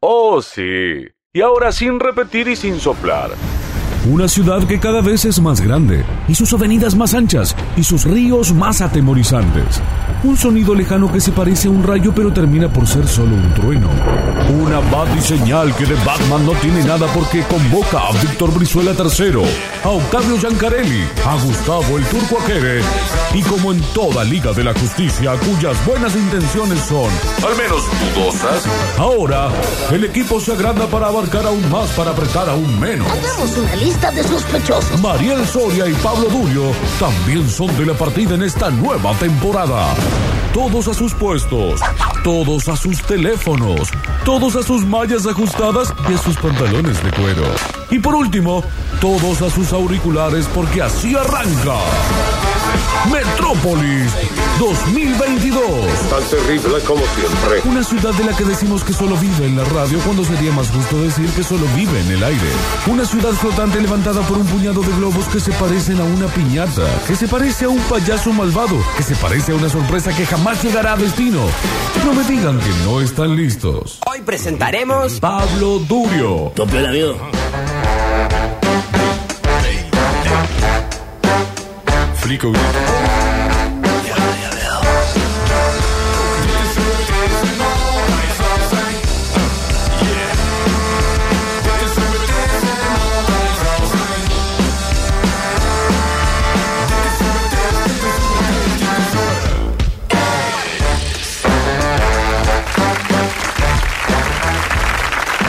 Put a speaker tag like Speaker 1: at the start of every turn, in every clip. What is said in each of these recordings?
Speaker 1: Oh, sí. Y ahora sin repetir y sin soplar.
Speaker 2: Una ciudad que cada vez es más grande, y sus avenidas más anchas, y sus ríos más atemorizantes. Un sonido lejano que se parece a un rayo pero termina por ser solo un trueno. Una batiseñal que de Batman no tiene nada porque convoca a Víctor Brizuela III, a Octavio Giancarelli, a Gustavo el Turco Aquere, y como en toda Liga de la Justicia cuyas buenas intenciones son,
Speaker 1: Al menos dudosas.
Speaker 2: ahora el equipo se agranda para abarcar aún más para apretar aún menos.
Speaker 3: Hagamos una lista de sospechosos.
Speaker 2: Mariel Soria y Pablo Durio también son de la partida en esta nueva temporada. Todos a sus puestos, todos a sus teléfonos, todos a sus mallas ajustadas y a sus pantalones de cuero. Y por último, todos a sus auriculares porque así arranca. Metrópolis 2022.
Speaker 4: Tan terrible como siempre.
Speaker 2: Una ciudad de la que decimos que solo vive en la radio cuando sería más justo decir que solo vive en el aire. Una ciudad flotante levantada por un puñado de globos que se parecen a una piñata, que se parece a un payaso malvado, que se parece a una sorpresa que jamás llegará a destino. No me digan que no están listos.
Speaker 5: Hoy presentaremos
Speaker 2: Pablo Durio,
Speaker 6: Tople amigo.
Speaker 7: Flico.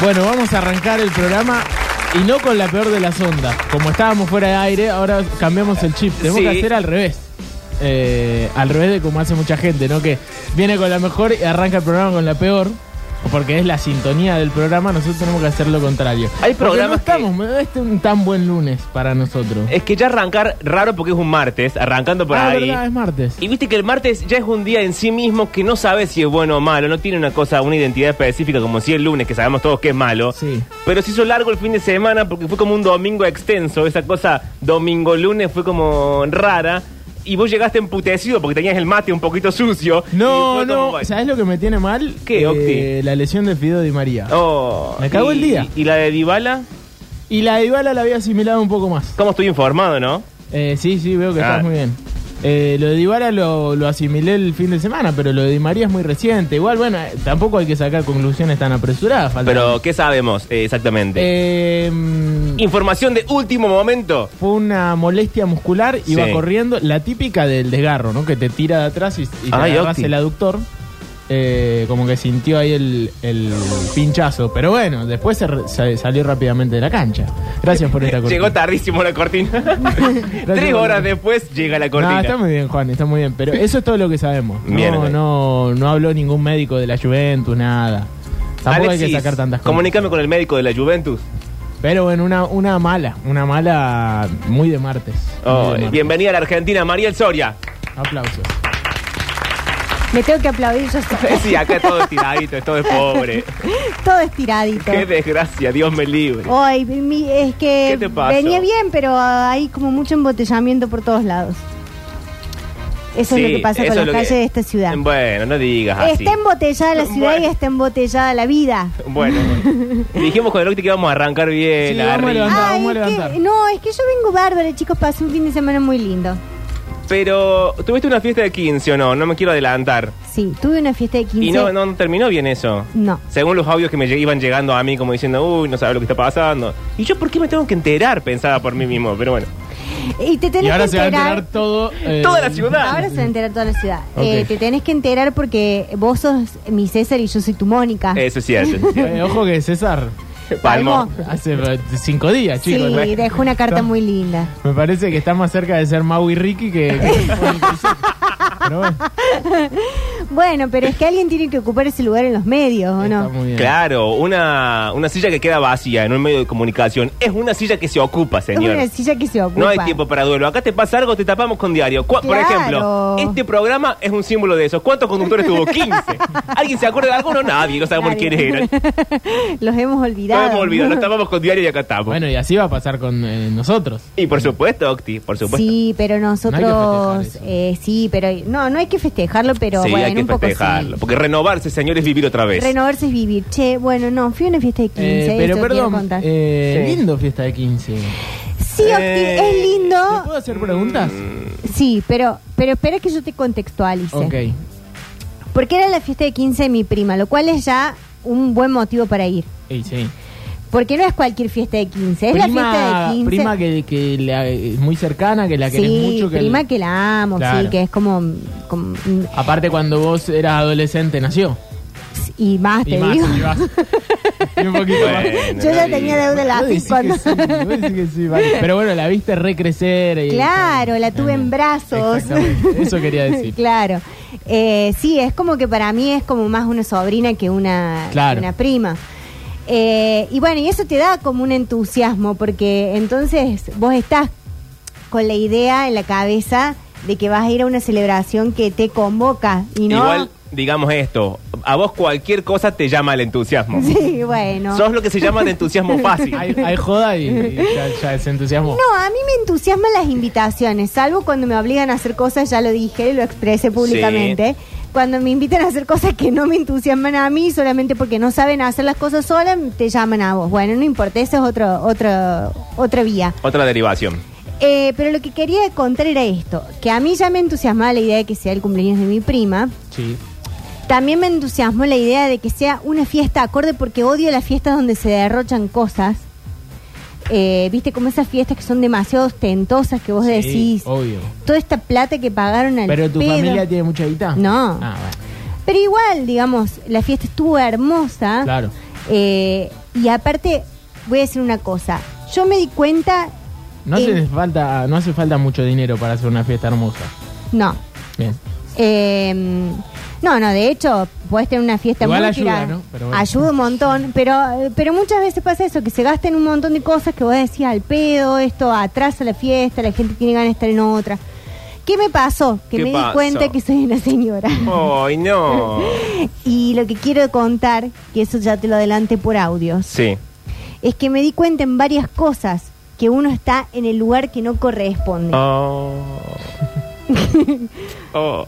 Speaker 8: Bueno, vamos a arrancar el programa y no con la peor de las ondas. Como estábamos fuera de aire, ahora cambiamos el chip. Tenemos
Speaker 5: Sí.
Speaker 8: que hacer al revés. Eh, al revés de como hace mucha gente, ¿no? Que viene con la mejor y arranca el programa con la peor. Porque es la sintonía del programa, nosotros tenemos que hacer lo contrario.
Speaker 5: Hay
Speaker 8: Porque
Speaker 5: programas que-
Speaker 8: no estamos, este es un tan buen lunes para nosotros.
Speaker 5: Es que ya arrancar, raro porque es un martes, arrancando por
Speaker 8: Ah,
Speaker 5: ahí.
Speaker 8: verdad, es martes.
Speaker 5: Y viste que el martes ya es un día en sí mismo que no sabes si es bueno o malo, no tiene una cosa, una identidad específica como si el lunes, que sabemos todos que es malo.
Speaker 8: Sí.
Speaker 5: Pero se hizo largo el fin de semana porque fue como un domingo extenso, esa cosa domingo-lunes fue como rara. Y vos llegaste emputecido porque tenías el mate un poquito sucio. y
Speaker 8: No,
Speaker 5: fue como,
Speaker 8: no,
Speaker 5: bueno.
Speaker 8: ¿sabes lo que me tiene mal? Eh,
Speaker 5: ¿Qué, Octi?
Speaker 8: La lesión de Fido Di María.
Speaker 5: Oh,
Speaker 8: Me cagó el
Speaker 5: y-
Speaker 8: día.
Speaker 5: ¿Y la de Dybala?
Speaker 8: Y la de Ibala la había asimilado un poco más.
Speaker 5: ¿Cómo estoy informado, no?
Speaker 8: Eh, sí, sí, veo que
Speaker 5: Ah.
Speaker 8: estás muy bien. Eh, lo de Dybala lo, lo asimilé el fin de semana, pero lo de Di María es muy reciente. Igual, bueno, eh, tampoco hay que sacar conclusiones tan apresuradas. falta-
Speaker 5: Pero, ¿qué sabemos eh, exactamente?
Speaker 8: Eh, mm,
Speaker 5: Información de último momento.
Speaker 8: fue una molestia muscular, iba
Speaker 5: Sí.
Speaker 8: corriendo, la típica del desgarro, ¿no? Que te tira de atrás y, y te
Speaker 5: Ay,
Speaker 8: agarras
Speaker 5: Octi.
Speaker 8: el aductor. Eh, como que sintió ahí el, el pinchazo. Pero bueno, después se re- se salió rápidamente de la cancha. Gracias por esta
Speaker 5: Llegó
Speaker 8: cortina.
Speaker 5: tardísimo la cortina. Tres
Speaker 8: Gracias,
Speaker 5: horas
Speaker 8: Juan.
Speaker 5: después llega la
Speaker 8: No,
Speaker 5: cortina.
Speaker 8: está muy bien, Juan, está muy bien. Pero eso es todo lo que sabemos.
Speaker 5: Bien,
Speaker 8: no,
Speaker 5: ok.
Speaker 8: no, no habló ningún médico de la Juventus, nada. Tampoco hay que
Speaker 5: Alexis,
Speaker 8: sacar tantas cosas.
Speaker 5: Comunicame con el médico de la Juventus.
Speaker 8: Pero bueno, una, una mala, una mala muy de martes.
Speaker 5: Oh,
Speaker 8: Muy de martes.
Speaker 5: bienvenida a la Argentina, Mariel Soria.
Speaker 8: Aplausos.
Speaker 9: Me tengo que aplaudir yo esta vez.
Speaker 5: Sí, acá todo estiradito, todo es pobre.
Speaker 9: Todo estiradito.
Speaker 5: Qué desgracia, Dios me libre.
Speaker 9: Ay, mi- es que
Speaker 5: ¿Qué te pasó?
Speaker 9: venía bien, pero ah, hay como mucho embotellamiento por todos lados. Eso es
Speaker 5: Sí,
Speaker 9: lo que pasa
Speaker 5: eso
Speaker 9: con
Speaker 5: es
Speaker 9: las
Speaker 5: lo que-
Speaker 9: calles de esta ciudad.
Speaker 5: Bueno, no digas así.
Speaker 9: Está embotellada la ciudad
Speaker 5: Bueno.
Speaker 9: y está embotellada la vida.
Speaker 5: Bueno, bueno. dijimos con el Octi que íbamos a arrancar bien.
Speaker 8: Sí,
Speaker 5: la
Speaker 8: vamos a
Speaker 5: garrita.
Speaker 8: levantar. Anda, vamos a
Speaker 9: es que,
Speaker 8: levantar.
Speaker 9: no, es que yo vengo bárbara, chicos, pasé un fin de semana muy lindo.
Speaker 5: Pero, ¿tuviste una fiesta de 15 o no? No me quiero adelantar.
Speaker 9: Sí, tuve una fiesta de 15.
Speaker 5: Y no, no terminó bien eso.
Speaker 9: No.
Speaker 5: Según los audios que me lle- iban llegando a mí, como diciendo, uy, no sabe lo que está pasando. Y yo, ¿por qué me tengo que enterar? Pensaba por mí mismo, pero bueno.
Speaker 9: Y te tenés
Speaker 8: Y ahora
Speaker 9: que
Speaker 8: se va a
Speaker 9: enterar.
Speaker 8: enterar todo. eh,
Speaker 5: Toda la ciudad.
Speaker 9: Ahora se va a enterar toda la ciudad.
Speaker 8: Ok.
Speaker 9: Eh, te tenés que enterar porque vos sos mi César y yo soy tu Mónica.
Speaker 5: Eso es cierto. eso es cierto.
Speaker 8: eh, ojo que César,
Speaker 5: Palmo.
Speaker 8: hace eh, cinco días, chicos.
Speaker 9: sí, dejó una carta
Speaker 8: Está-
Speaker 9: muy linda.
Speaker 8: Me parece que está más cerca de ser Mau y Ricky que. que- pero bueno,
Speaker 9: Bueno, pero es que alguien tiene que ocupar ese lugar en los medios, ¿o
Speaker 8: está
Speaker 9: no?
Speaker 8: muy bien.
Speaker 5: Claro, una, una silla que queda vacía en un medio de comunicación es una silla que se ocupa,
Speaker 9: Es
Speaker 5: señor.
Speaker 9: una silla que se ocupa.
Speaker 5: No hay tiempo para duelo. Acá te pasa algo, te tapamos con diario. Cua- Por
Speaker 9: Claro.
Speaker 5: ejemplo, este programa es un símbolo de eso. ¿Cuántos conductores tuvo? 15. ¿Alguien se acuerda de alguno? Nadie, no sabemos
Speaker 9: Nadie.
Speaker 5: quiénes eran.
Speaker 9: Los hemos
Speaker 5: No
Speaker 9: olvidado.
Speaker 5: hemos olvidado, nos tapamos con diario y acá estamos.
Speaker 8: Bueno, y así va a pasar con eh, nosotros.
Speaker 5: Y por supuesto, Octi, por supuesto.
Speaker 9: Sí, pero
Speaker 8: No hay que
Speaker 9: nosotros.
Speaker 8: festejar eso.
Speaker 9: eh, sí, pero. No, no hay que festejarlo, pero
Speaker 5: Sí,
Speaker 9: bueno.
Speaker 5: hay
Speaker 9: Bueno,
Speaker 5: hay que
Speaker 9: un poco
Speaker 5: festejarlo.
Speaker 9: sí.
Speaker 5: Porque renovarse, señor, es vivir otra vez.
Speaker 9: Renovarse es vivir. Che, bueno, no, fui a una fiesta de 15.
Speaker 8: Eh, pero
Speaker 9: esto quiero
Speaker 8: perdón,
Speaker 9: contar.
Speaker 8: eh,
Speaker 5: Sí.
Speaker 8: lindo fiesta de 15.
Speaker 9: sí, Octi,
Speaker 5: eh,
Speaker 9: es
Speaker 8: ¿Te puedo
Speaker 9: lindo.
Speaker 8: hacer preguntas?
Speaker 9: Mm, Sí, pero, pero espera que yo te contextualice.
Speaker 8: Ok.
Speaker 9: Porque era la fiesta de 15 de mi prima, lo cual es ya un buen motivo para ir.
Speaker 8: Ey, sí.
Speaker 9: Porque no es cualquier fiesta de 15, es la fiesta de 15.
Speaker 8: prima que, que la- es muy cercana, que la querés
Speaker 9: sí,
Speaker 8: mucho. Que
Speaker 9: prima que la amo, sí,
Speaker 8: Claro.
Speaker 9: que es como, como-
Speaker 8: Aparte, cuando vos eras adolescente, nació.
Speaker 9: y más
Speaker 8: Y
Speaker 9: Ah, te
Speaker 8: más,
Speaker 9: digo.
Speaker 8: y más. Y un poquito más.
Speaker 5: Bueno,
Speaker 9: Yo ya
Speaker 5: sí.
Speaker 9: tenía deuda de la
Speaker 8: Vos decís
Speaker 9: AFIP
Speaker 8: que
Speaker 9: cuando-
Speaker 8: sí, vos decís que sí, vale. Pero bueno, la viste recrecer. y-
Speaker 9: Claro, la tuve en brazos.
Speaker 8: Exactamente, Eso quería decir.
Speaker 9: claro. Eh, sí, es como que para mí es como más una sobrina que una,
Speaker 8: Claro.
Speaker 9: que una prima. Eh, y bueno, y eso te da como un entusiasmo, porque entonces vos estás con la idea en la cabeza de que vas a ir a una celebración que te convoca y no...
Speaker 5: Igual, digamos esto, a vos cualquier cosa te llama el entusiasmo.
Speaker 9: Sí, bueno.
Speaker 5: Sos lo que se llama el entusiasmo fácil.
Speaker 8: Hay, hay joda y, y ya, ya se entusiasmó.
Speaker 9: No, a mí me entusiasman las invitaciones, salvo cuando me obligan a hacer cosas, ya lo dije, lo expresé públicamente. Cuando me invitan a hacer cosas que no me entusiasman a mí, solamente porque no saben hacer las cosas solas, te llaman a vos. Bueno, no importa, esa es otra otra otra vía.
Speaker 5: Otra derivación.
Speaker 9: Eh, pero lo que quería contar era esto, que a mí ya me entusiasmaba la idea de que sea el cumpleaños de mi prima.
Speaker 8: Sí.
Speaker 9: También me entusiasmó la idea de que sea una fiesta acorde porque odio las fiestas donde se derrochan cosas. Eh, Viste como esas fiestas que son demasiado ostentosas que vos
Speaker 8: Sí,
Speaker 9: decís.
Speaker 8: obvio.
Speaker 9: Toda esta plata que pagaron al
Speaker 8: Pero tu
Speaker 9: pedo.
Speaker 8: familia tiene mucha guita.
Speaker 9: No.
Speaker 8: Ah, bueno.
Speaker 9: Pero igual, digamos, la fiesta estuvo hermosa.
Speaker 8: Claro.
Speaker 9: Eh, y aparte, voy a decir una cosa. Yo me di cuenta...
Speaker 8: No,
Speaker 9: Eh.
Speaker 8: hace falta, no hace falta mucho dinero para hacer una fiesta hermosa.
Speaker 9: No.
Speaker 8: Bien.
Speaker 9: Eh, no, no, de hecho, puedes tener una fiesta
Speaker 8: Igual
Speaker 9: muy
Speaker 8: ayuda,
Speaker 9: tirada.
Speaker 8: ¿no? Pero bueno.
Speaker 9: Ayuda un montón, pero, pero muchas veces pasa eso, que se gastan un montón de cosas que vos decís al pedo, esto atrasa la fiesta, la gente tiene ganas de estar en otra. ¿Qué me pasó? Que
Speaker 5: ¿Qué
Speaker 9: me
Speaker 5: pasó? Oh.
Speaker 9: di cuenta que soy una señora.
Speaker 5: ¡Ay, no!
Speaker 9: Y lo que quiero contar, que eso ya te lo adelanté por audios,
Speaker 5: Sí.
Speaker 9: es que me di cuenta en varias cosas que uno está en el lugar que no corresponde.
Speaker 5: Oh. Oh.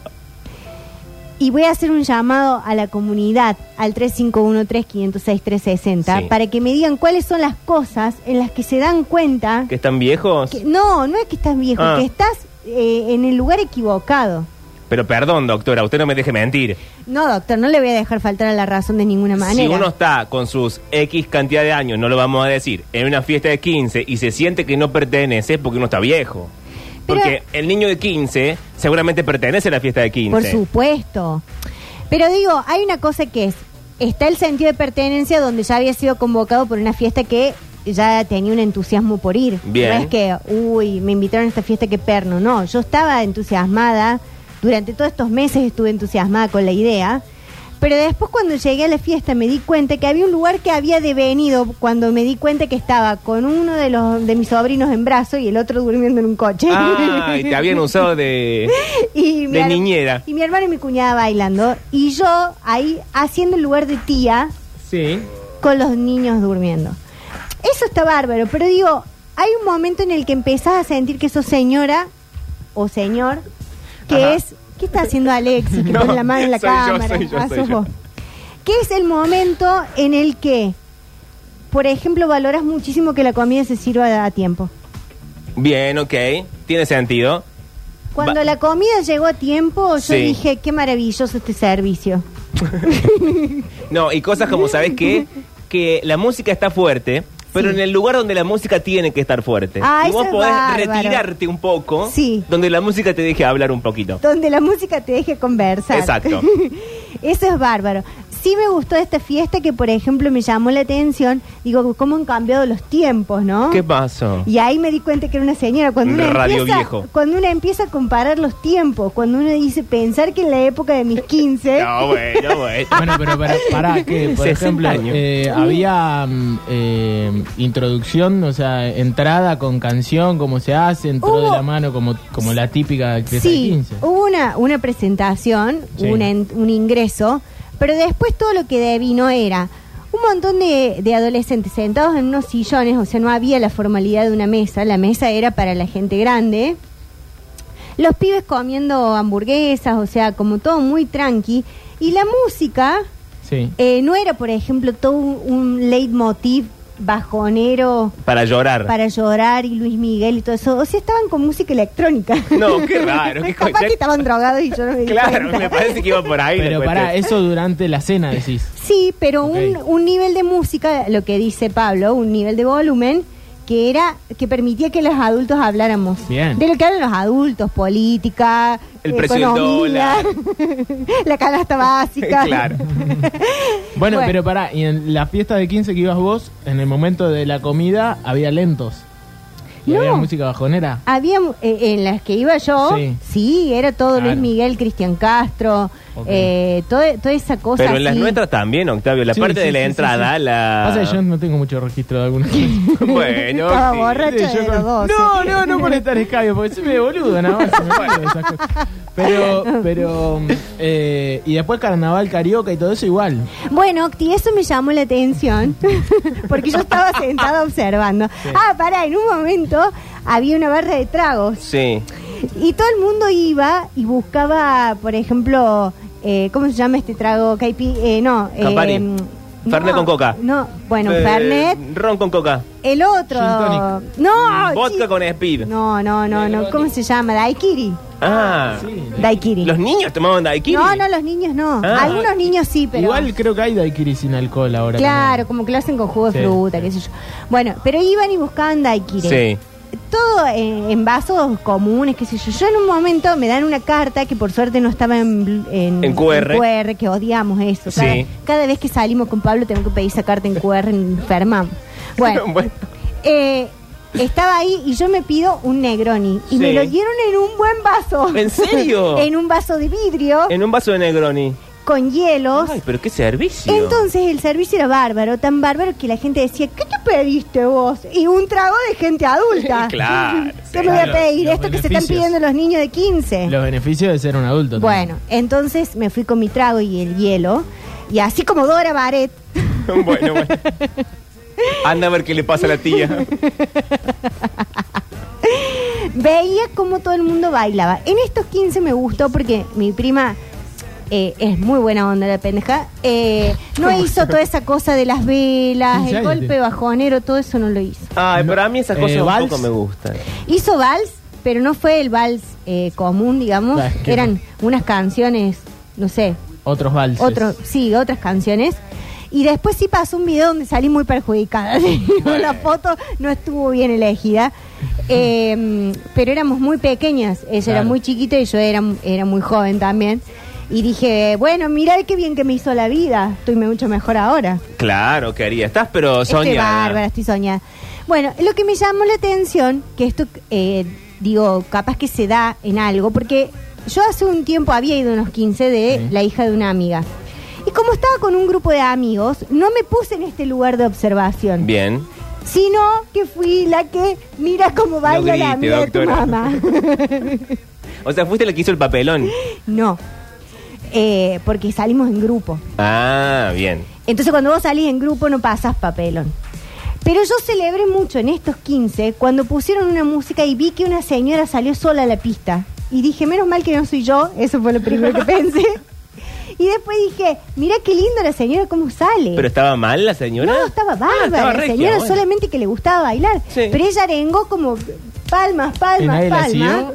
Speaker 9: Y voy a hacer un llamado a la comunidad, al 351-3506-360,
Speaker 5: Sí.
Speaker 9: para que me digan cuáles son las cosas en las que se dan cuenta.
Speaker 5: ¿Que están viejos?
Speaker 9: que- no, no es que estás viejo,
Speaker 5: Ah.
Speaker 9: que estás eh, en el lugar equivocado.
Speaker 5: Pero perdón, doctora, usted no me deje mentir.
Speaker 9: No, doctor, no le voy a dejar faltar a la razón de ninguna
Speaker 5: Si
Speaker 9: manera.
Speaker 5: uno está con sus X cantidad de años, no lo vamos a decir, en una fiesta de 15 y se siente que no pertenece es porque uno está viejo.
Speaker 9: Pero-
Speaker 5: Porque el niño de 15 seguramente pertenece a la fiesta de 15.
Speaker 9: Por supuesto. Pero digo, hay una cosa que es, está el sentido de pertenencia donde ya había sido convocado por una fiesta que ya tenía un entusiasmo por ir.
Speaker 5: Bien.
Speaker 9: No es que, uy, me invitaron a esta fiesta que perno. No, yo estaba entusiasmada, durante todos estos meses estuve entusiasmada con la idea. Pero después cuando llegué a la fiesta me di cuenta que había un lugar que había devenido cuando me di cuenta que estaba con uno de los de mis sobrinos en brazo y el otro durmiendo en un coche.
Speaker 5: Ay, te habían usado de...
Speaker 9: Y
Speaker 5: De
Speaker 9: her-
Speaker 5: niñera.
Speaker 9: Y mi hermano y mi cuñada bailando. Y yo ahí haciendo el lugar de tía
Speaker 8: Sí.
Speaker 9: con los niños durmiendo. Eso está bárbaro, pero digo, hay un momento en el que empezás a sentir que sos señora o señor, que
Speaker 5: Ajá.
Speaker 9: es. ¿Qué está haciendo Alexis? Que
Speaker 5: No,
Speaker 9: pone la mano en la
Speaker 5: soy yo,
Speaker 9: cámara.
Speaker 5: soy yo,
Speaker 9: Ah,
Speaker 5: soy
Speaker 9: sos
Speaker 5: yo.
Speaker 9: vos. Que es el momento en el que, por ejemplo, valoras muchísimo que la comida se sirva a tiempo.
Speaker 5: Bien, ok, tiene sentido.
Speaker 9: Cuando
Speaker 5: Va-
Speaker 9: la comida llegó a tiempo, yo
Speaker 5: Sí.
Speaker 9: dije, qué maravilloso este servicio.
Speaker 5: No, y cosas como, ¿sabes qué? Que la música está fuerte, pero en el lugar donde la música tiene que estar fuerte.
Speaker 9: Ah,
Speaker 5: y vos
Speaker 9: eso es
Speaker 5: podés
Speaker 9: bárbaro.
Speaker 5: retirarte un poco,
Speaker 9: Sí.
Speaker 5: donde la música te deje hablar un poquito.
Speaker 9: Donde la música te deje conversar.
Speaker 5: Exacto.
Speaker 9: Eso es bárbaro. Sí me gustó esta fiesta que, por ejemplo, me llamó la atención. Digo, cómo han cambiado los tiempos, ¿no?
Speaker 5: ¿Qué pasó?
Speaker 9: Y ahí me di cuenta que era una señora. Cuando uno,
Speaker 5: Radio
Speaker 9: empieza,
Speaker 5: viejo.
Speaker 9: cuando uno empieza a comparar los tiempos, cuando uno dice pensar que en la época de mis 15...
Speaker 5: No, bueno, bueno.
Speaker 8: Bueno, pero para, para que, por
Speaker 5: 60
Speaker 8: ejemplo,
Speaker 5: años.
Speaker 8: eh, había mm, eh, introducción, o sea, entrada con canción, cómo se hace, entró de
Speaker 9: Hubo-
Speaker 8: la mano como, como la típica que
Speaker 9: Sí,
Speaker 8: 15.
Speaker 9: hubo una, una presentación,
Speaker 8: Sí.
Speaker 9: una en- un ingreso, pero después todo lo que devino era un montón de, de adolescentes sentados en unos sillones, o sea, no había la formalidad de una mesa, la mesa era para la gente grande. Los pibes comiendo hamburguesas, o sea, como todo muy tranqui. Y la música
Speaker 8: Sí.
Speaker 9: eh, no era, por ejemplo, todo un, un leitmotiv bajonero
Speaker 5: Para llorar.
Speaker 9: para llorar y Luis Miguel y todo eso. O sea, estaban con música electrónica.
Speaker 5: No, qué raro, qué
Speaker 9: Capaz
Speaker 5: cosa.
Speaker 9: que estaban drogados y yo no me di
Speaker 5: Claro,
Speaker 9: cuenta.
Speaker 5: me parece que iba por ahí. la
Speaker 8: Pero
Speaker 5: cuestión.
Speaker 8: para eso durante la cena decís.
Speaker 9: Sí, pero un,
Speaker 8: Ok.
Speaker 9: un nivel de música, lo que dice Pablo, un nivel de volumen que era que permitía que los adultos habláramos
Speaker 8: Bien.
Speaker 9: de lo que hablan los adultos, política,
Speaker 5: El precio del
Speaker 9: economía, la canasta básica.
Speaker 5: Claro.
Speaker 8: Bueno,
Speaker 9: Bueno.
Speaker 8: pero pará, y en la fiesta de 15 que ibas vos, en el momento de la comida había lentos. Y
Speaker 9: No.
Speaker 8: había música bajonera.
Speaker 9: Había eh, en las que iba yo,
Speaker 8: Sí.
Speaker 9: sí, era todo
Speaker 8: Claro.
Speaker 9: Luis Miguel, Cristian Castro,
Speaker 8: Ok.
Speaker 9: eh, todo- toda esa cosa.
Speaker 5: Pero en las
Speaker 9: así.
Speaker 5: nuestras también, Octavio. La
Speaker 8: Sí,
Speaker 5: parte
Speaker 8: sí,
Speaker 5: de la
Speaker 8: sí, sí,
Speaker 5: entrada,
Speaker 8: sí.
Speaker 5: la.
Speaker 8: Pasa que yo no tengo mucho registro de alguna cosa.
Speaker 5: Bueno,
Speaker 9: Estaba
Speaker 5: sí.
Speaker 9: borracho
Speaker 8: Sí, yo
Speaker 9: de
Speaker 8: con-
Speaker 9: los dos.
Speaker 8: No, no, no por estar escabio, porque soy medio boludo nada más. se me olvidan esas cosas. Pero, pero, eh, y después carnaval carioca y todo eso igual.
Speaker 9: Bueno, Octi, eso me llamó la atención, porque yo estaba sentada observando. Ah, pará, en un momento había una barra de tragos
Speaker 5: Sí.
Speaker 9: y todo el mundo iba y buscaba, por ejemplo, eh, ¿cómo se llama este trago? Caipi, eh, no, eh,
Speaker 5: Campari.
Speaker 9: mm,
Speaker 5: Fernet
Speaker 9: no,
Speaker 5: con coca.
Speaker 9: No, bueno,
Speaker 5: Eh,
Speaker 9: Fernet,
Speaker 5: Ron con coca.
Speaker 9: el otro.
Speaker 8: Gin
Speaker 9: No,
Speaker 5: Mm, Vodka
Speaker 9: chi-
Speaker 5: con speed.
Speaker 9: No, no, no, no, ¿cómo se llama? Daikiri.
Speaker 5: Ah.
Speaker 9: Daikiri.
Speaker 5: Los niños tomaban daiquiri.
Speaker 9: No, no, los niños no.
Speaker 5: Ah.
Speaker 9: Algunos niños sí, pero
Speaker 8: Igual creo que hay daiquiri sin alcohol ahora.
Speaker 9: Claro,
Speaker 8: también.
Speaker 9: como que lo hacen con jugo de
Speaker 8: Sí.
Speaker 9: fruta, qué sé yo. Bueno, pero iban y buscaban daiquiri.
Speaker 5: Sí.
Speaker 9: Todo eh, en vasos comunes, qué sé yo. Yo en un momento me dan una carta que por suerte no estaba en, bl- en,
Speaker 5: En QR.
Speaker 9: en QR, que odiamos eso. Cada,
Speaker 5: Sí.
Speaker 9: cada vez que salimos con Pablo tengo que pedir esa carta en QR, enfermamos. Bueno,
Speaker 5: Bueno.
Speaker 9: eh, estaba ahí y yo me pido un Negroni. Y
Speaker 5: Sí.
Speaker 9: me lo dieron en un buen vaso.
Speaker 5: ¿En serio?
Speaker 9: en un vaso de vidrio,
Speaker 5: En un vaso de Negroni.
Speaker 9: con hielos.
Speaker 5: Ay, pero qué servicio.
Speaker 9: Entonces el servicio era bárbaro, tan bárbaro que la gente decía, ¿qué te pediste vos? Y un trago de gente adulta.
Speaker 5: Claro,
Speaker 9: ¿Qué me voy
Speaker 8: claro.
Speaker 9: a pedir?
Speaker 8: Los
Speaker 9: Esto que se están
Speaker 8: beneficios.
Speaker 9: pidiendo los niños de 15.
Speaker 8: Los beneficios de ser un adulto. también.
Speaker 9: Bueno, entonces me fui con mi trago y el hielo. Y así como Dora Baret,
Speaker 5: bueno, bueno. Anda a ver qué le pasa a la tía.
Speaker 9: veía cómo todo el mundo bailaba. En estos 15 me gustó porque mi prima eh, es muy buena onda la pendeja. eh, no hizo toda esa cosa de las velas,
Speaker 8: Ya, ya,
Speaker 9: el golpe
Speaker 8: ya.
Speaker 9: bajonero, todo eso no lo hizo.
Speaker 5: Ay, pero a mí esas
Speaker 8: Eh,
Speaker 5: cosas un
Speaker 8: vals.
Speaker 5: poco me gustan.
Speaker 9: Hizo vals, pero no fue el vals eh, común, digamos.
Speaker 8: Ah, es que
Speaker 9: Eran unas canciones, no sé,
Speaker 8: Otros valses.
Speaker 9: otro, sí, otras canciones. Y después sí pasó un video donde salí muy perjudicada. ¿sí? La foto no estuvo bien elegida. Eh, pero éramos muy pequeñas. Ella era
Speaker 8: Claro.
Speaker 9: muy chiquita y yo era, era muy joven también. Y dije, bueno, mirá qué bien que me hizo la vida. Estoy mucho mejor ahora.
Speaker 5: Claro, quería. Estás, pero
Speaker 9: Estoy
Speaker 5: soñada.
Speaker 9: bárbara, Este estoy soñada. Bueno, lo que me llamó la atención, que esto, eh, digo, capaz que se da en algo, porque yo hace un tiempo había ido a unos 15 de
Speaker 8: Sí.
Speaker 9: la hija de una amiga. Y como estaba con un grupo de amigos, no me puse en este lugar de observación,
Speaker 5: Bien.
Speaker 9: sino que fui la que mira cómo baila
Speaker 5: grite,
Speaker 9: la amiga de
Speaker 5: doctora.
Speaker 9: tu mamá.
Speaker 5: O sea, fuiste la que hizo el papelón.
Speaker 9: no, Eh, porque salimos en grupo.
Speaker 5: Ah, bien.
Speaker 9: Entonces cuando vos salís en grupo no pasás papelón. Pero yo celebré mucho en estos 15 cuando pusieron una música y vi que una señora salió sola a la pista. Y dije, menos mal que no soy yo, eso fue lo primero que pensé. Y después dije, mirá qué linda la señora, cómo sale.
Speaker 5: ¿Pero estaba mal la señora?
Speaker 9: no, estaba bárbara,
Speaker 5: Ah, estaba
Speaker 9: la
Speaker 5: regia,
Speaker 9: señora
Speaker 5: bueno.
Speaker 9: solamente que le gustaba bailar.
Speaker 5: Sí.
Speaker 9: Pero ella arengó como palmas,
Speaker 8: ¿Y
Speaker 9: palmas,
Speaker 8: nadie la
Speaker 9: palmas.
Speaker 8: siguió?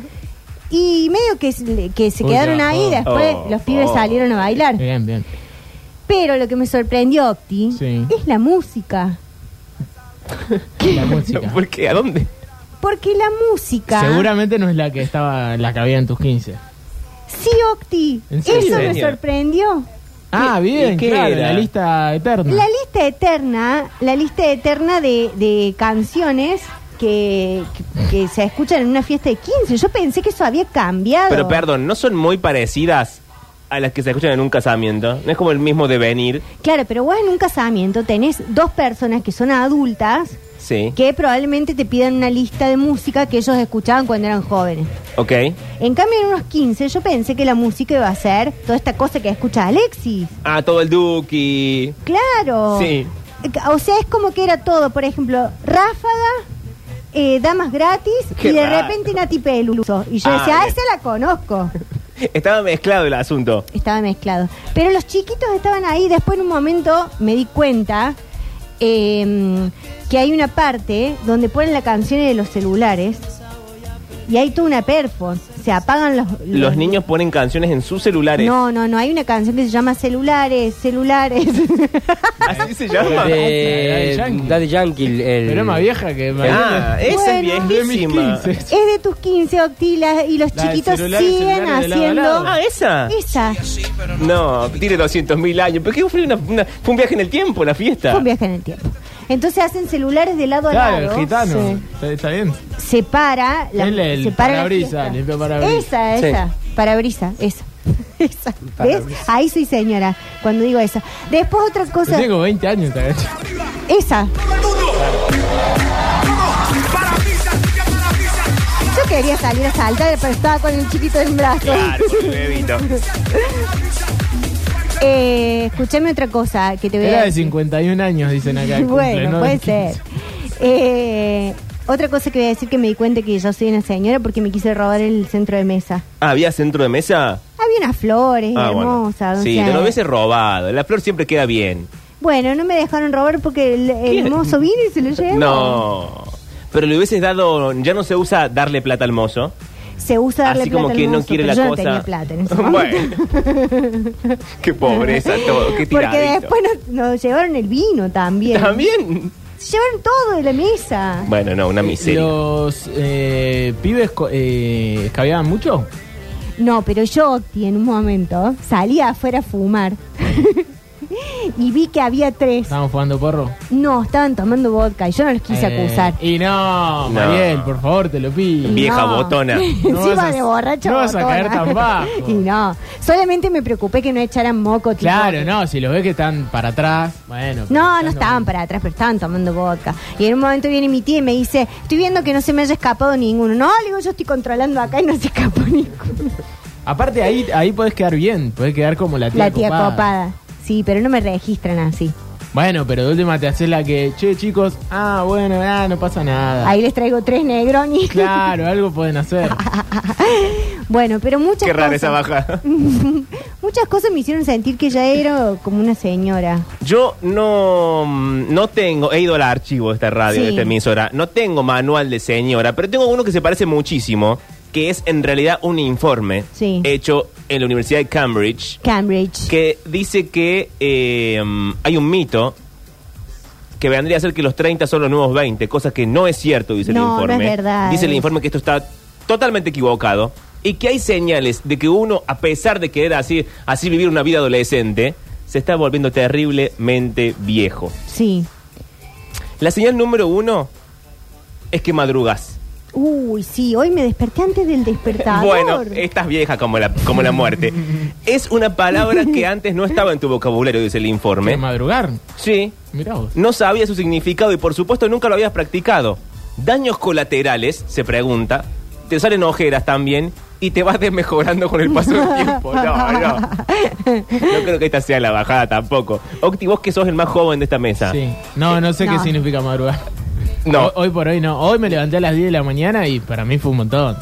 Speaker 9: Y medio que, se- que se
Speaker 8: Uy,
Speaker 9: quedaron
Speaker 8: ya,
Speaker 9: ahí,
Speaker 8: oh, Eh,
Speaker 9: después
Speaker 5: oh,
Speaker 9: los pibes
Speaker 5: oh.
Speaker 9: salieron a bailar.
Speaker 8: Bien, bien.
Speaker 9: Pero lo que me sorprendió, Octi,
Speaker 8: Sí.
Speaker 9: es la música.
Speaker 8: La música.
Speaker 5: ¿Por qué? ¿A dónde?
Speaker 9: Porque la música.
Speaker 8: Seguramente no es la que estaba, la que había en tus 15.
Speaker 9: Sí, Octi.
Speaker 8: ¿En
Speaker 9: Eso
Speaker 8: serio?
Speaker 9: me
Speaker 5: Señor.
Speaker 9: sorprendió.
Speaker 8: Ah, bien,
Speaker 5: y qué
Speaker 8: claro,
Speaker 5: era?
Speaker 8: la lista eterna.
Speaker 9: La lista eterna, la lista eterna de, de canciones que, que- que se escuchan en una fiesta de 15. Yo pensé que eso había cambiado.
Speaker 5: Pero perdón, ¿no son muy parecidas a las que se escuchan en un casamiento? ¿No es como el mismo devenir?
Speaker 9: Claro, pero vos en un casamiento tenés dos personas que son adultas
Speaker 5: Sí.
Speaker 9: que probablemente te pidan una lista de música que ellos escuchaban cuando eran jóvenes.
Speaker 5: Ok.
Speaker 9: En cambio, en unos 15 yo pensé que la música iba a ser toda esta cosa que escucha Alexis.
Speaker 5: Ah, todo el Duki.
Speaker 9: Claro.
Speaker 5: Sí.
Speaker 9: O sea, es como que era todo. Por ejemplo, Ráfaga, eh, damas gratis
Speaker 5: Qué
Speaker 9: y de
Speaker 5: raro.
Speaker 9: repente Nati Peluso. Y yo
Speaker 5: Ah,
Speaker 9: decía, ah,
Speaker 5: bien.
Speaker 9: esa la conozco.
Speaker 5: Estaba mezclado el asunto.
Speaker 9: Estaba mezclado. Pero los chiquitos estaban ahí. Después en un momento me di cuenta eh, que hay una parte donde ponen la canción de los celulares y hay toda una perfo. Se apagan los,
Speaker 5: Los niños ponen canciones en sus celulares.
Speaker 9: No, no, no. Hay una canción que se llama Celulares, Celulares.
Speaker 5: Así se llama.
Speaker 8: Daddy
Speaker 6: De
Speaker 8: Yankee.
Speaker 6: Daddy Yankee. el-
Speaker 8: Pero era más vieja que
Speaker 5: Ah, esa es
Speaker 9: Bueno,
Speaker 8: de mis
Speaker 5: viejísima.
Speaker 8: 15.
Speaker 9: es de tus 15 octilas y los
Speaker 8: La del
Speaker 9: chiquitos
Speaker 8: celular, el
Speaker 9: siguen
Speaker 8: celular de lado a
Speaker 9: haciendo.
Speaker 8: lado.
Speaker 5: Ah, esa.
Speaker 9: Esa
Speaker 5: No, tiene 200 mil años. Pero qué fue, una- una- fue un viaje en el tiempo, la fiesta.
Speaker 9: fue un viaje en el tiempo. Entonces hacen celulares de lado a
Speaker 8: Claro, el
Speaker 9: lado.
Speaker 8: gitano.
Speaker 9: Sí.
Speaker 8: Está, está bien.
Speaker 9: Separa la
Speaker 8: El- el
Speaker 9: separa la
Speaker 8: parabrisas,
Speaker 9: fiesta.
Speaker 8: limpia parabrisas.
Speaker 9: Esa,
Speaker 6: Sí.
Speaker 9: esa. Parabrisa, esa. esa. ¿Ves?
Speaker 6: Parabrisas.
Speaker 9: Ahí soy señora cuando digo esa. Después otra
Speaker 8: Yo
Speaker 9: cosa.
Speaker 8: tengo 20 años esta vez.
Speaker 9: Esa. Yo quería salir a saltar, pero estaba con el chiquito en brazos.
Speaker 5: Claro, con el bebito.
Speaker 9: Eh, escúchame otra cosa que te voy a
Speaker 8: Era de
Speaker 9: decir.
Speaker 8: 51 años, dicen acá. el cumple,
Speaker 9: Bueno,
Speaker 8: ¿no?
Speaker 9: puede
Speaker 8: De 15.
Speaker 9: ser. Eh, otra cosa que voy a decir que me di cuenta que yo soy una señora porque me quise robar el centro de mesa.
Speaker 5: Ah, ¿Había centro de mesa?
Speaker 9: Había unas flores
Speaker 5: Ah, bueno.
Speaker 9: hermosas. o
Speaker 5: Sí,
Speaker 9: sea,
Speaker 5: te lo hubiese robado. La flor siempre queda bien.
Speaker 9: Bueno, no me dejaron robar porque el, el
Speaker 5: ¿Qué?
Speaker 9: mozo vino y se lo llevó.
Speaker 5: No. Pero le hubieses dado. Ya no se usa darle plata al mozo.
Speaker 9: Se usa darle
Speaker 5: Así
Speaker 9: plata
Speaker 5: como
Speaker 9: al
Speaker 5: que no
Speaker 9: mozo,
Speaker 5: quiere
Speaker 9: pero
Speaker 5: la
Speaker 9: yo
Speaker 5: cosa.
Speaker 9: no tenía plata en ese
Speaker 5: Bueno.
Speaker 9: momento.
Speaker 5: Qué pobreza todo. Qué
Speaker 9: Porque
Speaker 5: tiradito.
Speaker 9: después nos, nos llevaron el vino también.
Speaker 5: También.
Speaker 9: Llevaron todo de la mesa.
Speaker 5: Bueno, no, una miseria.
Speaker 8: Los eh, pibes co- eh, escabeaban mucho.
Speaker 9: No, pero yo, Octi, en un momento, salí afuera a fumar. y vi que había tres.
Speaker 8: Estábamos jugando porro.
Speaker 9: No, estaban tomando vodka y yo no los quise
Speaker 8: Ah. Eh,
Speaker 9: acusar.
Speaker 8: Y
Speaker 5: No.
Speaker 8: no, Mariel, por favor, te lo pido.
Speaker 5: Bien. vieja
Speaker 9: No.
Speaker 5: botona. No
Speaker 9: Encima
Speaker 8: vas a-
Speaker 9: de borracho
Speaker 8: no vas a
Speaker 9: botona.
Speaker 8: caer tan bajo.
Speaker 9: y no. Solamente me preocupé que no echaran moco. tipo-
Speaker 8: Claro, no, si los ves que están para atrás, bueno. pero
Speaker 9: No,
Speaker 8: están
Speaker 9: no estaban para atrás, pero estaban tomando vodka. Y en un momento viene mi tía y me dice, estoy viendo que no se me haya escapado ninguno. No, le digo, yo estoy controlando acá y no se escapó ninguno.
Speaker 8: Aparte, ahí, ahí podés quedar bien, podés quedar como la tía,
Speaker 9: La tía copada. Sí, pero no me registran así.
Speaker 8: Bueno, pero de última te haces la que, che, chicos, ah, bueno, ah, no pasa nada.
Speaker 9: Ahí les traigo tres negronis.
Speaker 8: Claro, algo pueden hacer.
Speaker 9: Bueno, pero muchas
Speaker 5: Qué rara
Speaker 9: cosas-
Speaker 5: esa baja.
Speaker 9: muchas cosas me hicieron sentir que ya era como una señora.
Speaker 5: Yo no, mm, no tengo, he ido al archivo de esta radio,
Speaker 9: Sí.
Speaker 5: de esta emisora, no tengo manual de señora, pero tengo uno que se parece muchísimo, que es en realidad un informe
Speaker 9: Sí.
Speaker 5: hecho en la Universidad de Cambridge,
Speaker 9: Cambridge.
Speaker 5: que dice que eh, mm, hay un mito que vendría a ser que los 30 son los nuevos 20, cosa que no es cierto, dice
Speaker 9: No,
Speaker 5: el
Speaker 9: no
Speaker 5: informe.
Speaker 9: es verdad.
Speaker 5: Dice el informe que esto está totalmente equivocado y que hay señales de que uno, a pesar de querer así, así vivir una vida adolescente, se está volviendo terriblemente viejo.
Speaker 9: Sí.
Speaker 5: La señal número uno es que madrugas.
Speaker 9: Uy, sí, hoy me desperté antes del despertador.
Speaker 5: Bueno, estás vieja como la, como la muerte. es una palabra que antes no estaba en tu vocabulario, dice el
Speaker 8: De
Speaker 5: informe.
Speaker 8: madrugar,
Speaker 5: Sí,
Speaker 8: mirá vos.
Speaker 5: No sabía su significado y por supuesto nunca lo habías practicado. Daños colaterales, se pregunta. Te salen ojeras también y te vas desmejorando con el paso del tiempo. No, no. No creo que esta sea la bajada tampoco. Octi, vos que sos el más joven de esta mesa.
Speaker 8: Sí. No, no sé
Speaker 9: No.
Speaker 8: qué significa madrugar.
Speaker 5: Ah. No.
Speaker 8: Hoy, hoy por hoy no. Hoy me levanté a las 10 de la mañana y para mí fue un montón.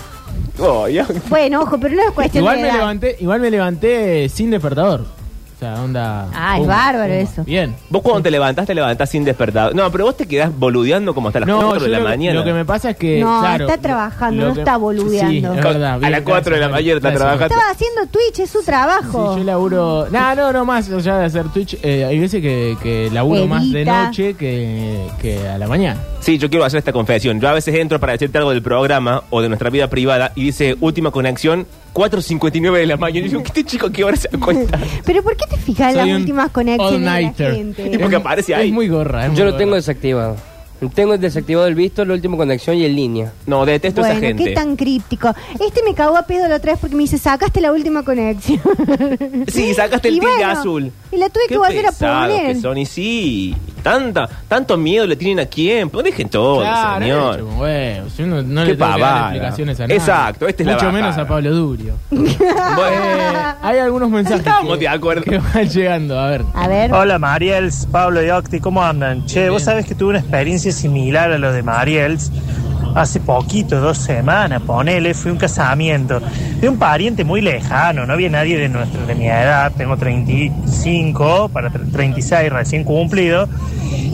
Speaker 5: Ay, Octi.
Speaker 9: Bueno, ojo, pero no es cuestión
Speaker 8: Igual
Speaker 9: de
Speaker 8: me,
Speaker 9: edad.
Speaker 8: levanté, igual me levanté sin despertador. O sea, onda.
Speaker 9: Ah, es bárbaro eso.
Speaker 8: Bien.
Speaker 5: Vos cuando te levantás, te levantás sin despertador. No, pero vos te quedás boludeando como hasta las 4
Speaker 8: yo
Speaker 5: de la
Speaker 8: lo, que-
Speaker 5: mañana.
Speaker 8: lo que me pasa es que.
Speaker 9: No,
Speaker 8: claro,
Speaker 9: está
Speaker 8: lo-
Speaker 9: trabajando,
Speaker 8: lo
Speaker 9: no está boludeando.
Speaker 8: Sí, es
Speaker 9: Con-
Speaker 8: verdad,
Speaker 5: a
Speaker 8: bien,
Speaker 5: las cuatro de la
Speaker 8: gracias,
Speaker 5: mañana está
Speaker 8: gracias.
Speaker 5: trabajando.
Speaker 9: Estaba haciendo Twitch, es su
Speaker 8: Sí,
Speaker 9: trabajo.
Speaker 8: yo laburo. No, no, no más. Ya de hacer Twitch, eh, hay veces que, que laburo más de
Speaker 9: Edita.
Speaker 8: noche que, que a la mañana.
Speaker 5: Sí, yo quiero hacer esta confesión. Yo a veces entro para decirte algo del programa o de nuestra vida privada y dice última conexión 4.59 de la mañana. Y yo, ¿qué este chico qué hora se da cuenta?
Speaker 9: Pero ¿por qué te fijas en
Speaker 8: Soy
Speaker 9: las
Speaker 8: un
Speaker 9: últimas conexiones de la
Speaker 8: all-nighter.
Speaker 9: gente?
Speaker 5: Y porque aparece ahí.
Speaker 8: Es muy gorra. es
Speaker 6: Yo
Speaker 8: muy
Speaker 6: lo tengo
Speaker 8: gorra.
Speaker 6: desactivado. Tengo desactivado el visto, la última conexión y en línea.
Speaker 5: No, detesto a
Speaker 9: bueno,
Speaker 5: esa gente.
Speaker 9: qué tan críptico. Este me cagó a pedo la otra vez porque me dice, sacaste la última conexión.
Speaker 5: Sí, sacaste el
Speaker 9: Y
Speaker 5: tilde
Speaker 9: bueno,
Speaker 5: azul.
Speaker 9: Y la tuve
Speaker 5: Qué
Speaker 9: que volver a
Speaker 5: pesados
Speaker 9: poner.
Speaker 5: que son, y sí. Tanta, tanto miedo le tienen a quién. Pero dejen todo,
Speaker 8: Claro,
Speaker 5: señor.
Speaker 8: chupa un huevo, si uno no
Speaker 5: Qué
Speaker 8: le tengo que dar
Speaker 5: pavada.
Speaker 8: explicaciones a nadie.
Speaker 5: Exacto, esta es la
Speaker 8: Mucho
Speaker 5: bajada.
Speaker 8: menos a Pablo Durio. Eh,
Speaker 5: Bueno,
Speaker 8: hay algunos mensajes
Speaker 5: Estamos
Speaker 8: que,
Speaker 5: de acuerdo.
Speaker 8: que van llegando. A ver,
Speaker 9: A ver,
Speaker 7: Hola Mariels, Pablo y Octi, ¿cómo andan? Che, vos sabés que tuve una experiencia similar a lo de Mariels. hace poquito, dos semanas, ponele, fue un casamiento de un pariente muy lejano, no había nadie de nuestra de mi edad, tengo 35, para tre- 36 recién cumplido,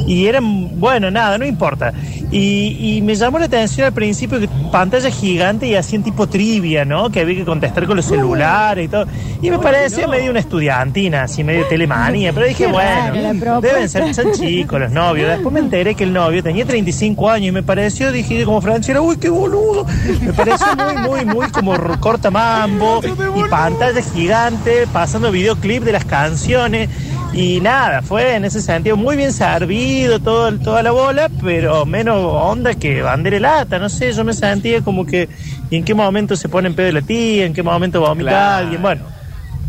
Speaker 7: y eran, bueno, nada, no importa. Y, y me llamó la atención al principio que pantalla gigante y hacían tipo trivia, ¿no? Que había que contestar con los celulares y todo. Y me pareció medio una estudiantina, así medio telemanía, pero dije,
Speaker 9: Qué raro la
Speaker 7: bueno,
Speaker 9: propuesta.
Speaker 7: deben ser son chicos los novios. Después me enteré que el novio tenía 35 años y me pareció, dije como Francia, uy, qué boludo. Me pareció muy, muy, muy como r- corta mambo y pantalla gigante pasando videoclip de las canciones. Y nada, fue en ese sentido muy bien servido todo, el- toda la bola, pero menos onda que bandera y lata. No sé, yo me sentía como que, ¿y en qué momento se pone en pedo la tía? ¿En qué momento vomita
Speaker 5: Claro.
Speaker 7: alguien? Bueno,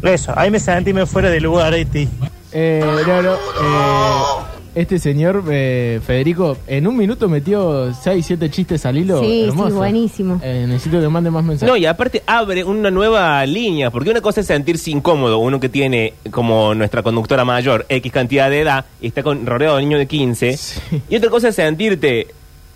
Speaker 7: eso, ahí me sentí me fuera de lugar, Eti.
Speaker 8: Eh, no, no, eh, este señor, eh, Federico, en un minuto metió 6, 7 chistes al hilo.
Speaker 9: Sí, sí,
Speaker 8: hermoso.
Speaker 9: buenísimo.
Speaker 8: Eh, necesito que mande más mensajes.
Speaker 5: No, y aparte abre una nueva línea, porque una cosa es sentirse incómodo, uno que tiene como nuestra conductora mayor X cantidad de edad y está con, rodeado de niños de 15, y otra cosa es sentirte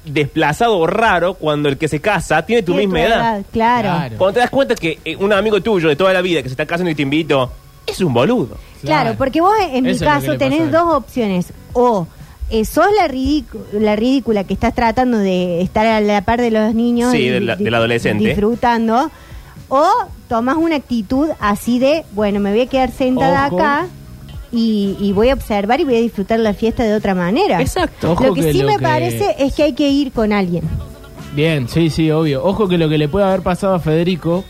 Speaker 5: desplazado o raro cuando el que se casa tiene tu
Speaker 9: Tiene
Speaker 5: misma
Speaker 9: tu
Speaker 5: edad.
Speaker 9: edad, Claro.
Speaker 8: Claro.
Speaker 9: Claro,
Speaker 5: Cuando te das cuenta que eh, un amigo tuyo de toda la vida que se está casando y te invito, es un boludo.
Speaker 8: Claro.
Speaker 9: porque vos en
Speaker 8: Eso
Speaker 9: mi
Speaker 8: es lo que
Speaker 9: caso
Speaker 8: le pasa a
Speaker 9: tenés
Speaker 8: él.
Speaker 9: dos opciones. O eh, sos la, ridicu- la ridícula que estás tratando de estar a la par de los niños.
Speaker 5: Sí, de la-
Speaker 9: di-
Speaker 5: del adolescente.
Speaker 9: Disfrutando. O tomás una actitud así de, bueno, me voy a quedar sentada
Speaker 8: Ojo.
Speaker 9: acá. Y, y voy a observar y voy a disfrutar la fiesta de otra manera.
Speaker 8: Exacto. Ojo
Speaker 9: Lo que
Speaker 8: que
Speaker 9: sí
Speaker 8: lo
Speaker 9: me
Speaker 8: que-
Speaker 9: parece es que hay que ir con alguien.
Speaker 8: Bien, sí, sí, obvio. Ojo que lo que le puede haber pasado a Federico,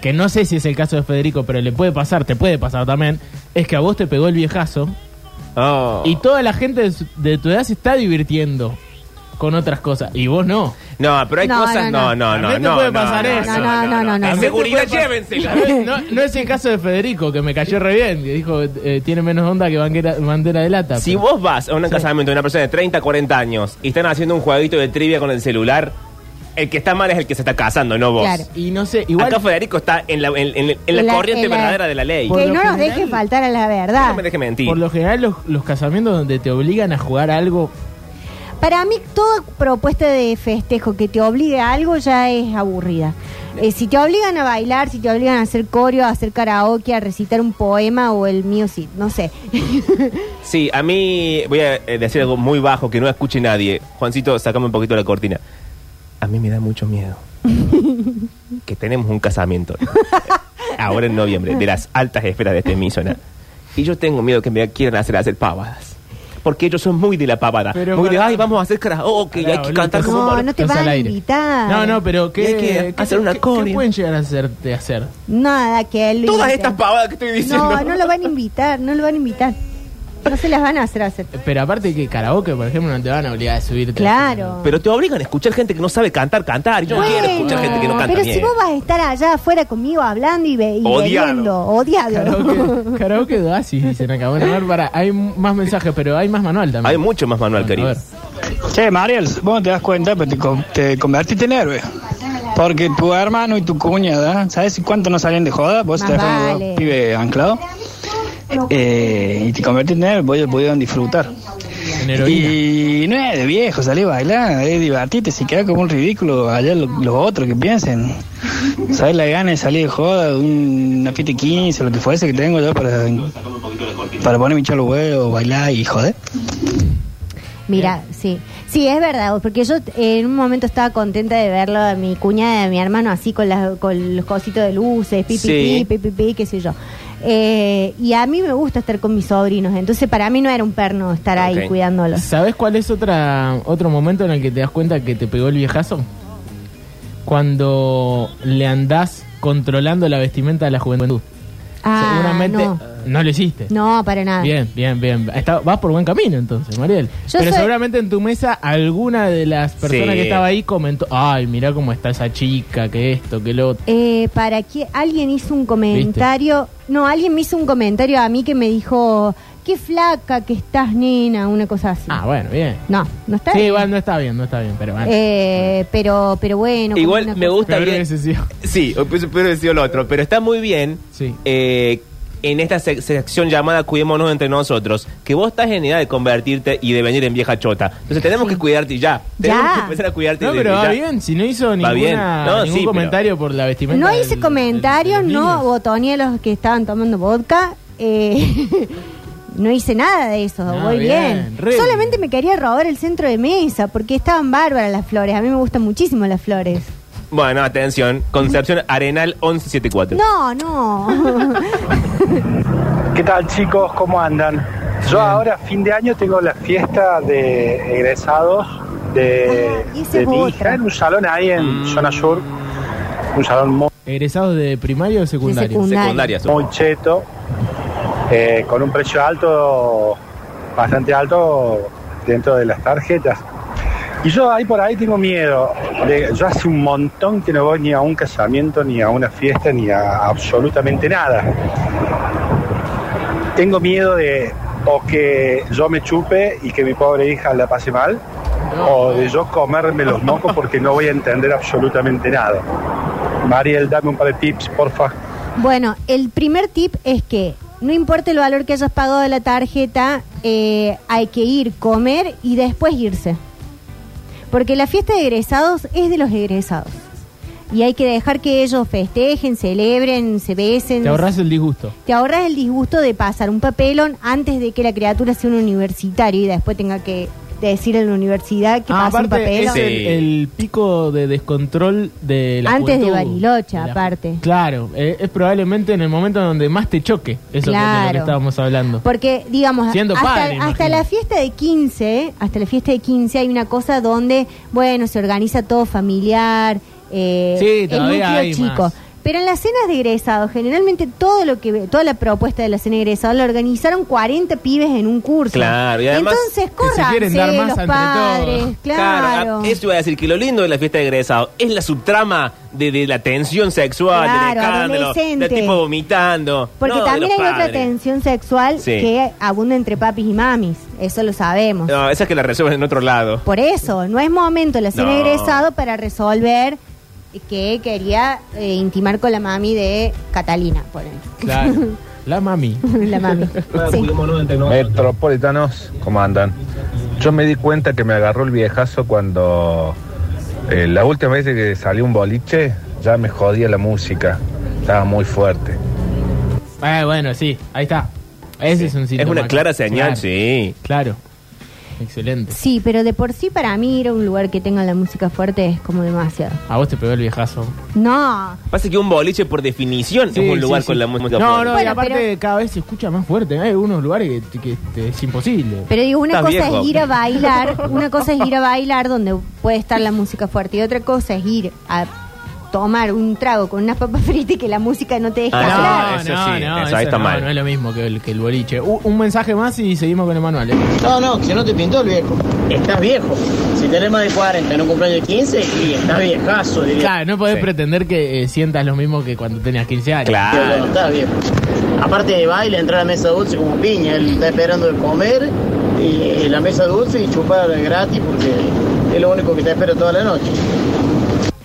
Speaker 8: que no sé si es el caso de Federico, pero le puede pasar, te puede pasar también, es que a vos te pegó el viejazo
Speaker 5: Oh.
Speaker 8: y toda la gente de, su- de tu edad se está divirtiendo con otras cosas y vos no.
Speaker 5: No, pero hay
Speaker 9: No,
Speaker 5: cosas. No,
Speaker 9: no,
Speaker 5: no, Ah,
Speaker 8: no.
Speaker 5: no.
Speaker 8: También te
Speaker 5: no,
Speaker 8: puede
Speaker 5: no,
Speaker 8: pasar eso.
Speaker 9: No, no, no, no,
Speaker 5: A
Speaker 9: no.
Speaker 5: seguridad,
Speaker 8: También te
Speaker 5: llévenselo.
Speaker 8: No, no es el caso de Federico, que me cayó re bien, que dijo, eh, tiene menos onda que banquera- bandera de lata.
Speaker 5: Si
Speaker 8: Pero-
Speaker 5: vos vas a un casamiento de una persona de 30, 40 años y están haciendo un jueguito de trivia con el celular, el que está mal es el que se está casando, no vos.
Speaker 9: Claro.
Speaker 8: Y no sé, igual...
Speaker 5: Acá Federico está en la, en- en- en la
Speaker 9: La-
Speaker 5: corriente
Speaker 9: en la-
Speaker 5: verdadera de la ley.
Speaker 8: Por
Speaker 9: que
Speaker 8: lo
Speaker 9: no nos
Speaker 8: general-
Speaker 9: deje faltar a la verdad.
Speaker 5: No me deje mentir.
Speaker 8: Por lo general, los, los casamientos donde te obligan a jugar algo
Speaker 9: Para mí, toda propuesta de festejo que te obligue a algo ya es aburrida. Eh, si te obligan a bailar, si te obligan a hacer coreo, a hacer karaoke, a recitar un poema o el music, no sé.
Speaker 5: Sí, a mí voy a eh, decir algo muy bajo que no escuche nadie. Juancito, sacame un poquito la cortina. A mí me da mucho miedo que tenemos un casamiento ahora en noviembre de las altas esferas de este emisora. Y yo tengo miedo que me quieran hacer hacer pavadas. Porque ellos son muy de la pavada.
Speaker 8: Pero
Speaker 5: muy de,
Speaker 8: para-
Speaker 5: ay, vamos a hacer karaoke y hay que
Speaker 8: Pará,
Speaker 5: cantar
Speaker 8: boludo,
Speaker 5: como
Speaker 9: No,
Speaker 5: malos".
Speaker 9: no te
Speaker 8: Estás
Speaker 9: van
Speaker 8: al
Speaker 9: a
Speaker 8: aire.
Speaker 9: invitar.
Speaker 8: No, no, pero ¿qué,
Speaker 5: Y hay que
Speaker 8: qué-
Speaker 5: hacer una
Speaker 8: qué-
Speaker 5: coreo.
Speaker 8: qué pueden llegar a hacerte hacer?
Speaker 9: Nada que él lo
Speaker 5: Todas
Speaker 9: invite.
Speaker 5: estas pavadas que estoy diciendo.
Speaker 9: No, no lo van a invitar, no lo van a invitar. No se las van a hacer hacer.
Speaker 8: Pero aparte que karaoke, por ejemplo, no te van a obligar a subirte.
Speaker 9: Claro.
Speaker 5: Pero te obligan a escuchar gente que no sabe cantar, cantar. Y yo no quiero escuchar gente que no canta
Speaker 9: pero
Speaker 5: bien.
Speaker 9: si vos vas a estar allá afuera conmigo hablando y, be y
Speaker 5: Odiado.
Speaker 9: bebiendo, odiado.
Speaker 8: Karaoke, karaoke dosis, dicen acá. Bueno, a ver, para, hay m- más mensajes, pero hay más manual también.
Speaker 5: Hay mucho más manual,
Speaker 8: Bueno,
Speaker 5: querido.
Speaker 8: a ver.
Speaker 10: Che, Mariel, vos no te das cuenta, pero te, co- te convertiste en héroe. Porque tu hermano y tu cuñada, ¿sabes cuánto no salen de joda? Vos
Speaker 9: Más
Speaker 10: te dejaron los
Speaker 9: vale.
Speaker 10: dos pibes anclados. Eh, y te convertiste en héroe, pudieron, pudieron disfrutar.
Speaker 8: En heroína.
Speaker 10: Y no es de viejo, salí a bailar, es divertirte, si queda como un ridículo allá lo- los otros que piensen. ¿Sabes la gana de salir de joda, un- una fiesta de 15, lo que fuese que tengo yo para, para poner mi cholo huevo, bailar y joder?
Speaker 9: Mira, sí. Sí, es verdad, porque yo eh, en un mommomento estaba contenta de verlo a mi cuñada y a mi hermano así con, las, con los cositos de luces, pipi,
Speaker 5: Sí.
Speaker 9: pi, pi, pi, pi, qué sé yo. Eh, y a mí me gusta estar con mis sobrinos, entonces para mí no era un perno estar ahí
Speaker 5: Ok.
Speaker 9: cuidándolos.
Speaker 8: ¿Sabes cuál es otra, otro momento en el que te das cuenta que te pegó el viejazo? Cuando le andás controlando la vestimenta de la juventud.
Speaker 9: Ah,
Speaker 8: Seguramente
Speaker 9: no.
Speaker 8: no lo hiciste.
Speaker 9: No, para nada.
Speaker 8: Bien, bien, bien. Está- vas por buen camino entonces, Mariel.
Speaker 9: Ah. Yo
Speaker 8: Pero
Speaker 9: soy-
Speaker 8: seguramente en tu mesa alguna de las personas
Speaker 5: Sí.
Speaker 8: que estaba ahí comentó, ay, mirá cómo está esa chica, que esto, que lo otro.
Speaker 9: Eh, para que alguien hizo un comentario, no, alguien me hizo un comentario a mí que me dijo, qué flaca que estás, nena, una cosa así.
Speaker 8: Ah, bueno, bien.
Speaker 9: No, no está
Speaker 8: Sí,
Speaker 9: bien.
Speaker 8: igual no está bien, no está bien, pero bueno.
Speaker 9: Eh, pero, pero bueno. como
Speaker 5: Igual
Speaker 9: una
Speaker 5: me
Speaker 9: cosa-
Speaker 5: gusta
Speaker 8: Peor
Speaker 5: bien.
Speaker 8: hubiese sido.
Speaker 5: Sí, o- pues, pero decía lo otro, pero está muy bien
Speaker 8: Sí.
Speaker 5: eh, en esta sec- sección llamada Cuidémonos entre nosotros, que vos estás en edad de convertirte y de venir en vieja chota. Entonces tenemos que cuidarte ya. Tenemos
Speaker 9: Ya.
Speaker 5: que empezar a cuidarte
Speaker 8: No,
Speaker 5: desde
Speaker 8: pero va
Speaker 5: ya.
Speaker 8: bien, si no hizo
Speaker 5: Va
Speaker 8: ninguna,
Speaker 5: bien. No,
Speaker 8: ningún
Speaker 5: sí,
Speaker 8: comentario por la vestimenta.
Speaker 9: No
Speaker 8: del-
Speaker 9: hice
Speaker 8: del-
Speaker 9: comentarios,
Speaker 8: de los
Speaker 9: no
Speaker 8: niños.
Speaker 9: botoneé a los que estaban tomando vodka. eh, no hice nada de eso,
Speaker 8: Ah,
Speaker 9: voy bien.
Speaker 8: bien, re
Speaker 9: Solamente
Speaker 8: bien.
Speaker 9: me quería robar el centro de mesa porque estaban bárbaras las flores. A mí me gustan muchísimo las flores.
Speaker 5: Bueno, atención. Concepción Arenal 1174.
Speaker 9: No, no.
Speaker 11: ¿Qué tal chicos? ¿Cómo andan? Yo ahora fin de año tengo la fiesta de egresados de,
Speaker 9: Ah, y esa
Speaker 11: de
Speaker 9: es
Speaker 11: mi
Speaker 9: otra. Mm.
Speaker 11: hija en un salón ahí en zona sur, un salón muy,
Speaker 8: ¿Egresados de primario o secundario?
Speaker 9: secundario.
Speaker 5: Secundaria. supongo.
Speaker 11: muy cheto, eh, con un precio alto, bastante alto dentro de las tarjetas. Y yo ahí por ahí tengo miedo. de- yo hace un montón que no voy ni a un casamiento, ni a una fiesta, ni a absolutamente nada. Tengo miedo de o que yo me chupe y que mi pobre hija la pase mal, o de yo comerme los mocos porque no voy a entender absolutamente nada. Mariel, dame un par de tips, porfa.
Speaker 9: Bueno, el primer tip es que no importa el valor que hayas pagado de la tarjeta, eh, hay que ir, comer y después irse. Porque la fiesta de egresados es de los egresados. Y hay que dejar que ellos festejen, celebren, se besen.
Speaker 8: Te ahorras el disgusto.
Speaker 9: Te ahorras el disgusto de pasar un papelón antes de que la criatura sea un universitario y después tenga que decir en la universidad que pasó un
Speaker 8: Ah, aparte es
Speaker 9: papelón.
Speaker 8: el, el pico de descontrol de la
Speaker 9: Antes de
Speaker 8: juventud.
Speaker 9: Bariloche,
Speaker 8: la-
Speaker 9: aparte.
Speaker 8: Claro, eh, es probablemente en el momento donde más te choque eso que- de lo que
Speaker 9: Claro.
Speaker 8: estábamos hablando.
Speaker 9: Porque, digamos,
Speaker 8: Siendo
Speaker 9: hasta,
Speaker 8: padre,
Speaker 9: hasta
Speaker 8: imagino.
Speaker 9: la fiesta de 15, hasta la fiesta de 15 hay una cosa donde, bueno, se organiza todo familiar, eh,
Speaker 8: Sí,
Speaker 9: el
Speaker 8: todavía
Speaker 9: núcleo
Speaker 8: hay
Speaker 9: chico.
Speaker 8: más.
Speaker 9: Pero en las cenas de egresados, generalmente todo lo que toda la propuesta de la cena de egresados la organizaron 40 pibes en un curso.
Speaker 5: Claro, y además
Speaker 9: Entonces,
Speaker 8: que se quieren dar más
Speaker 9: córranse los
Speaker 8: entre
Speaker 9: padres,
Speaker 8: todos.
Speaker 9: claro.
Speaker 5: a- Eso iba a decir que lo lindo de la fiesta de egresado es la subtrama de, de la tensión sexual,
Speaker 9: Claro,
Speaker 5: del escándalo, del
Speaker 9: adolescente.
Speaker 5: tipo vomitando.
Speaker 9: Porque
Speaker 5: No, de
Speaker 9: también hay
Speaker 5: los
Speaker 9: otra
Speaker 5: padres.
Speaker 9: tensión sexual
Speaker 5: Sí.
Speaker 9: que abunda entre papis y mamis, eso lo sabemos.
Speaker 5: No, esa es que la resuelven en otro lado.
Speaker 9: Por eso, no es momento la cena
Speaker 5: No.
Speaker 9: egresado para resolver que quería eh, intimar con la mami de Catalina, por ejemplo.
Speaker 8: Claro. La mami.
Speaker 9: la mami. Sí.
Speaker 12: Metropolitanos, ¿cómo andan? Yo me di cuenta que me agarró el viejazo cuando eh, la última vez que salió un boliche ya me jodía la música. Estaba muy fuerte.
Speaker 8: Eh, bueno, sí, ahí está. Ese es un
Speaker 5: Es
Speaker 8: síntoma
Speaker 5: una
Speaker 8: que-
Speaker 5: clara señal,
Speaker 8: claro,
Speaker 5: sí.
Speaker 8: Claro. Excelente.
Speaker 9: Sí, pero de por sí para mí ir a un lugar que tenga la música fuerte es como demasiado.
Speaker 8: A vos te pegó el viejazo.
Speaker 9: No,
Speaker 5: Pasa que un boliche, por definición,
Speaker 8: Sí,
Speaker 5: es un lugar
Speaker 8: sí, sí.
Speaker 5: con la música
Speaker 8: No,
Speaker 5: fuerte.
Speaker 8: no, y
Speaker 9: Bueno,
Speaker 8: aparte
Speaker 9: pero-
Speaker 8: cada vez se escucha más fuerte. Hay unos lugares que, que te- es imposible.
Speaker 9: pero digo, una
Speaker 5: Estás
Speaker 9: cosa
Speaker 5: viejo.
Speaker 9: es ir a bailar, una cosa es ir a bailar donde puede estar la música fuerte y otra cosa es ir a tomar un trago con unas papas fritas y que la música no te deje
Speaker 5: Ah, no,
Speaker 9: hablar.
Speaker 5: eso sí, eso ahí está
Speaker 8: no,
Speaker 5: mal.
Speaker 8: no es lo mismo que el, que el boliche. U- un mensaje más y seguimos con el manual. ¿eh?
Speaker 10: No, no, que no te pintó el viejo. Estás viejo. Si tenés más de 40 en un cumpleaños de 15 y estás viejazo, diría.
Speaker 8: Claro, no podés
Speaker 5: Sí.
Speaker 8: pretender que eh, sientas lo mismo que cuando tenías 15 años.
Speaker 10: Ah. Pero no,
Speaker 5: Claro.
Speaker 10: estás viejo. Aparte de baile, entrar a la mesa dulce como piña. Él está esperando de comer y la mesa dulce y chupar gratis porque es lo único que te espera toda la noche.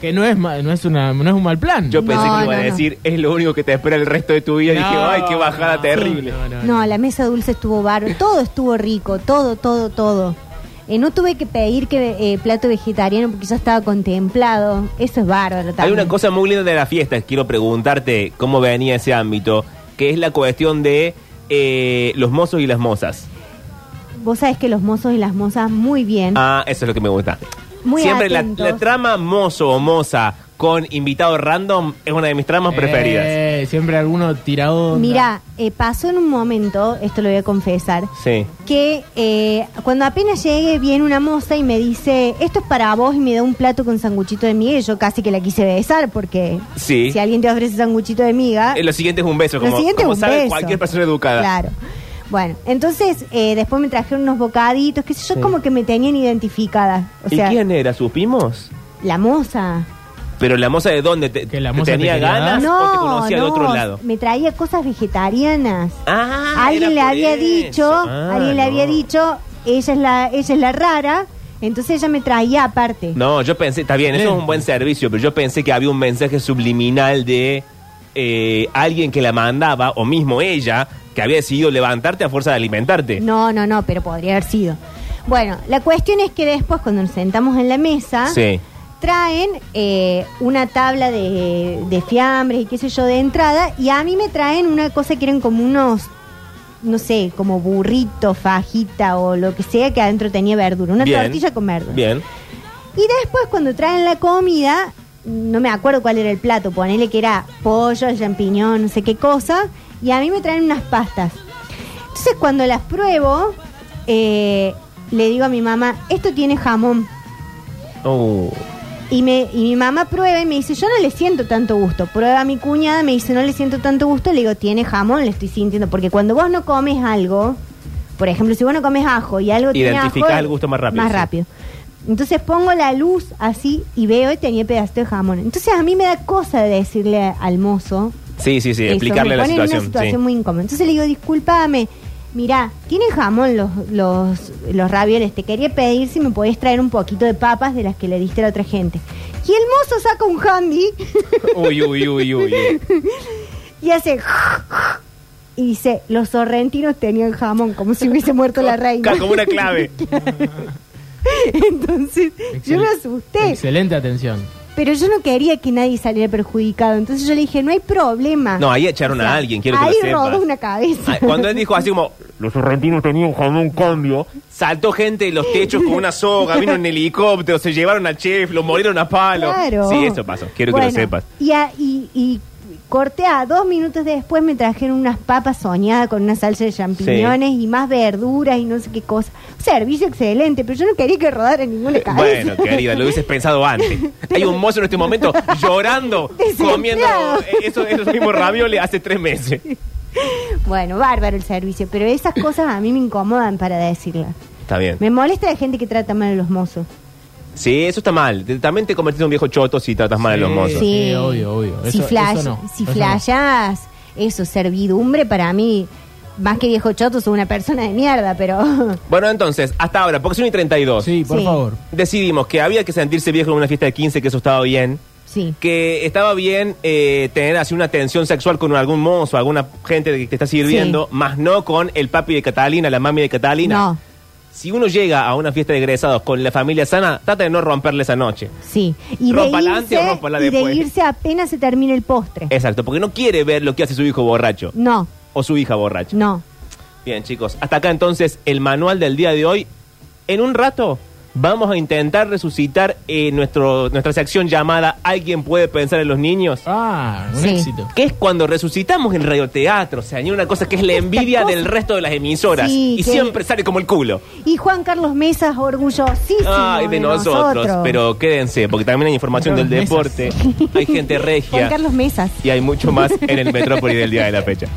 Speaker 8: Que no es, ma- no, es una, no es un mal plan.
Speaker 5: Yo pensé
Speaker 9: No,
Speaker 5: que iba a
Speaker 9: no, no.
Speaker 5: decir, es lo único que te espera el resto de tu vida. Y dije,
Speaker 8: No,
Speaker 5: ay, qué bajada
Speaker 8: no,
Speaker 5: terrible.
Speaker 8: no, no, no.
Speaker 9: No, la mesa dulce estuvo bárbaro. Todo estuvo rico, todo, todo, todo. Eh, no tuve que pedir que eh, plato vegetariano porque ya estaba contemplado. Eso es bárbaro también.
Speaker 5: Hay una cosa muy linda de la fiesta, quiero preguntarte cómo venía ese ámbito, que es la cuestión de eh, los mozos y las mozas.
Speaker 9: Vos sabés que los mozos y las mozas muy bien.
Speaker 5: Ah, eso es lo que me gusta.
Speaker 9: Muy
Speaker 5: Siempre la,
Speaker 9: atentos.
Speaker 5: la trama mozo o moza con invitado random es una de mis tramas preferidas.
Speaker 8: Eh, siempre alguno tirado.
Speaker 9: Mirá, eh, pasó en un momento, esto lo voy a confesar,
Speaker 5: Sí.
Speaker 9: que eh, cuando apenas llegué viene una moza y me dice, esto es para vos y me da un plato con sanguchito de miga. Y yo casi que la quise besar porque
Speaker 5: Sí.
Speaker 9: si alguien te ofrece sanguchito de miga...
Speaker 5: Eh, lo siguiente es un beso,
Speaker 9: Lo
Speaker 5: como,
Speaker 9: siguiente es
Speaker 5: como
Speaker 9: un
Speaker 5: sabe
Speaker 9: beso.
Speaker 5: cualquier persona educada.
Speaker 9: Claro. Bueno, entonces eh, después me trajeron unos bocaditos, que yo como que me tenían identificada. O sea,
Speaker 5: ¿Y quién era? ¿Supimos?
Speaker 9: la moza.
Speaker 5: Pero la moza de dónde? ¿Te,
Speaker 8: Que la
Speaker 5: te
Speaker 8: moza te
Speaker 5: tenía
Speaker 8: quería
Speaker 5: ganas Ah, o te conocía de otro lado?
Speaker 9: me traía cosas vegetarianas.
Speaker 5: Ah,
Speaker 9: alguien le
Speaker 5: era por
Speaker 9: había
Speaker 5: eso.
Speaker 9: dicho,
Speaker 5: Ah,
Speaker 9: alguien le
Speaker 5: no.
Speaker 9: había dicho, ella es la, ella es la rara, entonces ella me traía aparte.
Speaker 5: No, yo pensé, está bien, eso es un buen servicio, pero yo pensé que había un mensaje subliminal de eh, alguien que la mandaba, o mismo ella, que había decidido levantarte a fuerza de alimentarte.
Speaker 9: No, no, no, pero podría haber sido. Bueno, la cuestión es que después cuando nos sentamos en la mesa,
Speaker 5: Sí.
Speaker 9: traen eh, una tabla de, de fiambres y qué sé yo de entrada y a mí me traen una cosa que eran como unos, no sé, como burrito, fajita o lo que sea que adentro tenía verdura, una
Speaker 5: Bien.
Speaker 9: tortilla con verdura.
Speaker 5: Bien.
Speaker 9: Y después cuando traen la comida, no me acuerdo cuál era el plato, ponele que era pollo, champiñón, no sé qué cosa, y a mí me traen unas pastas. Entonces cuando las pruebo, eh, le digo a mi mamá, esto tiene jamón.
Speaker 5: Oh.
Speaker 9: Y, me, y mi mamá prueba y me dice, yo no le siento tanto gusto. Prueba a mi cuñada, me dice, no le siento tanto gusto. Le digo, tiene jamón, le estoy sintiendo. Porque cuando vos no comes algo, por ejemplo, si vos no comes ajo y algo tiene ajo...
Speaker 5: Identificás el gusto más rápido,
Speaker 9: Más
Speaker 5: sí.
Speaker 9: rápido. Entonces pongo la luz así y veo y tenía pedacito de jamón. Entonces a mí me da cosa de decirle al mozo...
Speaker 5: Sí, sí, sí,
Speaker 9: eso,
Speaker 5: explicarle
Speaker 9: me
Speaker 5: la
Speaker 9: pone en
Speaker 5: situación.
Speaker 9: una situación
Speaker 5: sí.
Speaker 9: muy incómoda. Entonces le digo, discúlpame, mirá, tiene jamón los, los, los ravioles. Te quería pedir si me podés traer un poquito de papas de las que le diste a la otra gente. Y el mozo saca un handy
Speaker 5: Uy, uy, uy, uy. eh.
Speaker 9: y hace... Y dice, los sorrentinos tenían jamón, como si hubiese muerto la reina.
Speaker 5: Claro, Como una clave.
Speaker 9: Entonces, yo me asusté.
Speaker 8: Excelente atención.
Speaker 9: Pero yo no quería que nadie saliera perjudicado. Entonces yo le dije, no hay problema.
Speaker 5: No, ahí echaron a alguien, quiero que
Speaker 9: Ahí
Speaker 5: lo sepas.
Speaker 9: rodó una cabeza.
Speaker 5: Ah, Cuando él dijo así como, los sorrentinos tenían jamón cambio, saltó gente de los techos con una soga, vino en helicóptero, se llevaron al chef, lo molieron a palo.
Speaker 9: Claro.
Speaker 5: Sí, eso pasó, quiero que
Speaker 9: Bueno,
Speaker 5: lo sepas.
Speaker 9: Y, a- y, y corté a dos minutos de después, me trajeron unas papas soñadas con una salsa de champiñones y más verduras y no sé qué cosa. Servicio excelente, pero yo no quería que rodara ninguna cabeza.
Speaker 5: Bueno, querida, lo hubieses pensado antes. Hay un mozo en este momento llorando,
Speaker 9: Desempleado.
Speaker 5: comiendo eh, esos, esos mismos ravioles hace tres meses.
Speaker 9: Bueno, bárbaro el servicio, pero esas cosas a mí me incomodan para decirlas.
Speaker 5: Está bien.
Speaker 9: Me molesta la gente que trata mal a los mozos.
Speaker 5: Sí, eso está mal. Te- También te convertís en un viejo choto si tratas mal a los mozos.
Speaker 9: Sí.
Speaker 8: Sí, Eh, obvio, obvio.
Speaker 9: si
Speaker 8: Eso-
Speaker 9: flash,
Speaker 8: eso no,
Speaker 9: si
Speaker 8: eso no.
Speaker 9: flashás, eso, servidumbre para mí, más que viejo choto, soy una persona de mierda, pero...
Speaker 5: Bueno, entonces, hasta ahora, porque son y 32.
Speaker 8: Sí, por
Speaker 9: Sí.
Speaker 8: favor.
Speaker 5: Decidimos que había que sentirse viejo en una fiesta de 15, que eso estaba bien.
Speaker 9: sí.
Speaker 5: que estaba bien eh, tener así una tensión sexual con algún mozo, alguna gente que te está sirviendo, más no con el papi de Catalina, la mami de Catalina.
Speaker 9: No,
Speaker 5: Si uno llega a una fiesta de egresados con la familia sana, trata de no romperle esa noche.
Speaker 9: sí. Y de,
Speaker 5: Rómpala antes o
Speaker 9: irse-
Speaker 5: rómpala
Speaker 9: y de
Speaker 5: después. Eh.
Speaker 9: irse apenas se termina el postre.
Speaker 5: Exacto, porque no quiere ver lo que hace su hijo borracho
Speaker 9: No,
Speaker 5: o su hija borracha.
Speaker 9: no.
Speaker 5: Bien, chicos, hasta acá entonces el manual del día de hoy. En un rato vamos a intentar resucitar eh, nuestro, nuestra sección llamada ¿Alguien puede pensar en los niños?
Speaker 8: Ah, un
Speaker 9: Sí.
Speaker 8: éxito.
Speaker 5: que es cuando resucitamos el radioteatro, o sea, hay una cosa que es la envidia del resto de las emisoras
Speaker 9: Sí,
Speaker 5: y
Speaker 9: que-
Speaker 5: siempre sale como el culo.
Speaker 9: Y Juan Carlos Mesas, orgullosísimo.
Speaker 5: Ay, de nosotros, pero quédense, porque también hay información del
Speaker 8: Los meses.
Speaker 5: deporte, hay gente
Speaker 9: Juan
Speaker 5: regia
Speaker 9: Carlos Mesas.
Speaker 5: y hay mucho más en el Metrópoli del día de la fecha.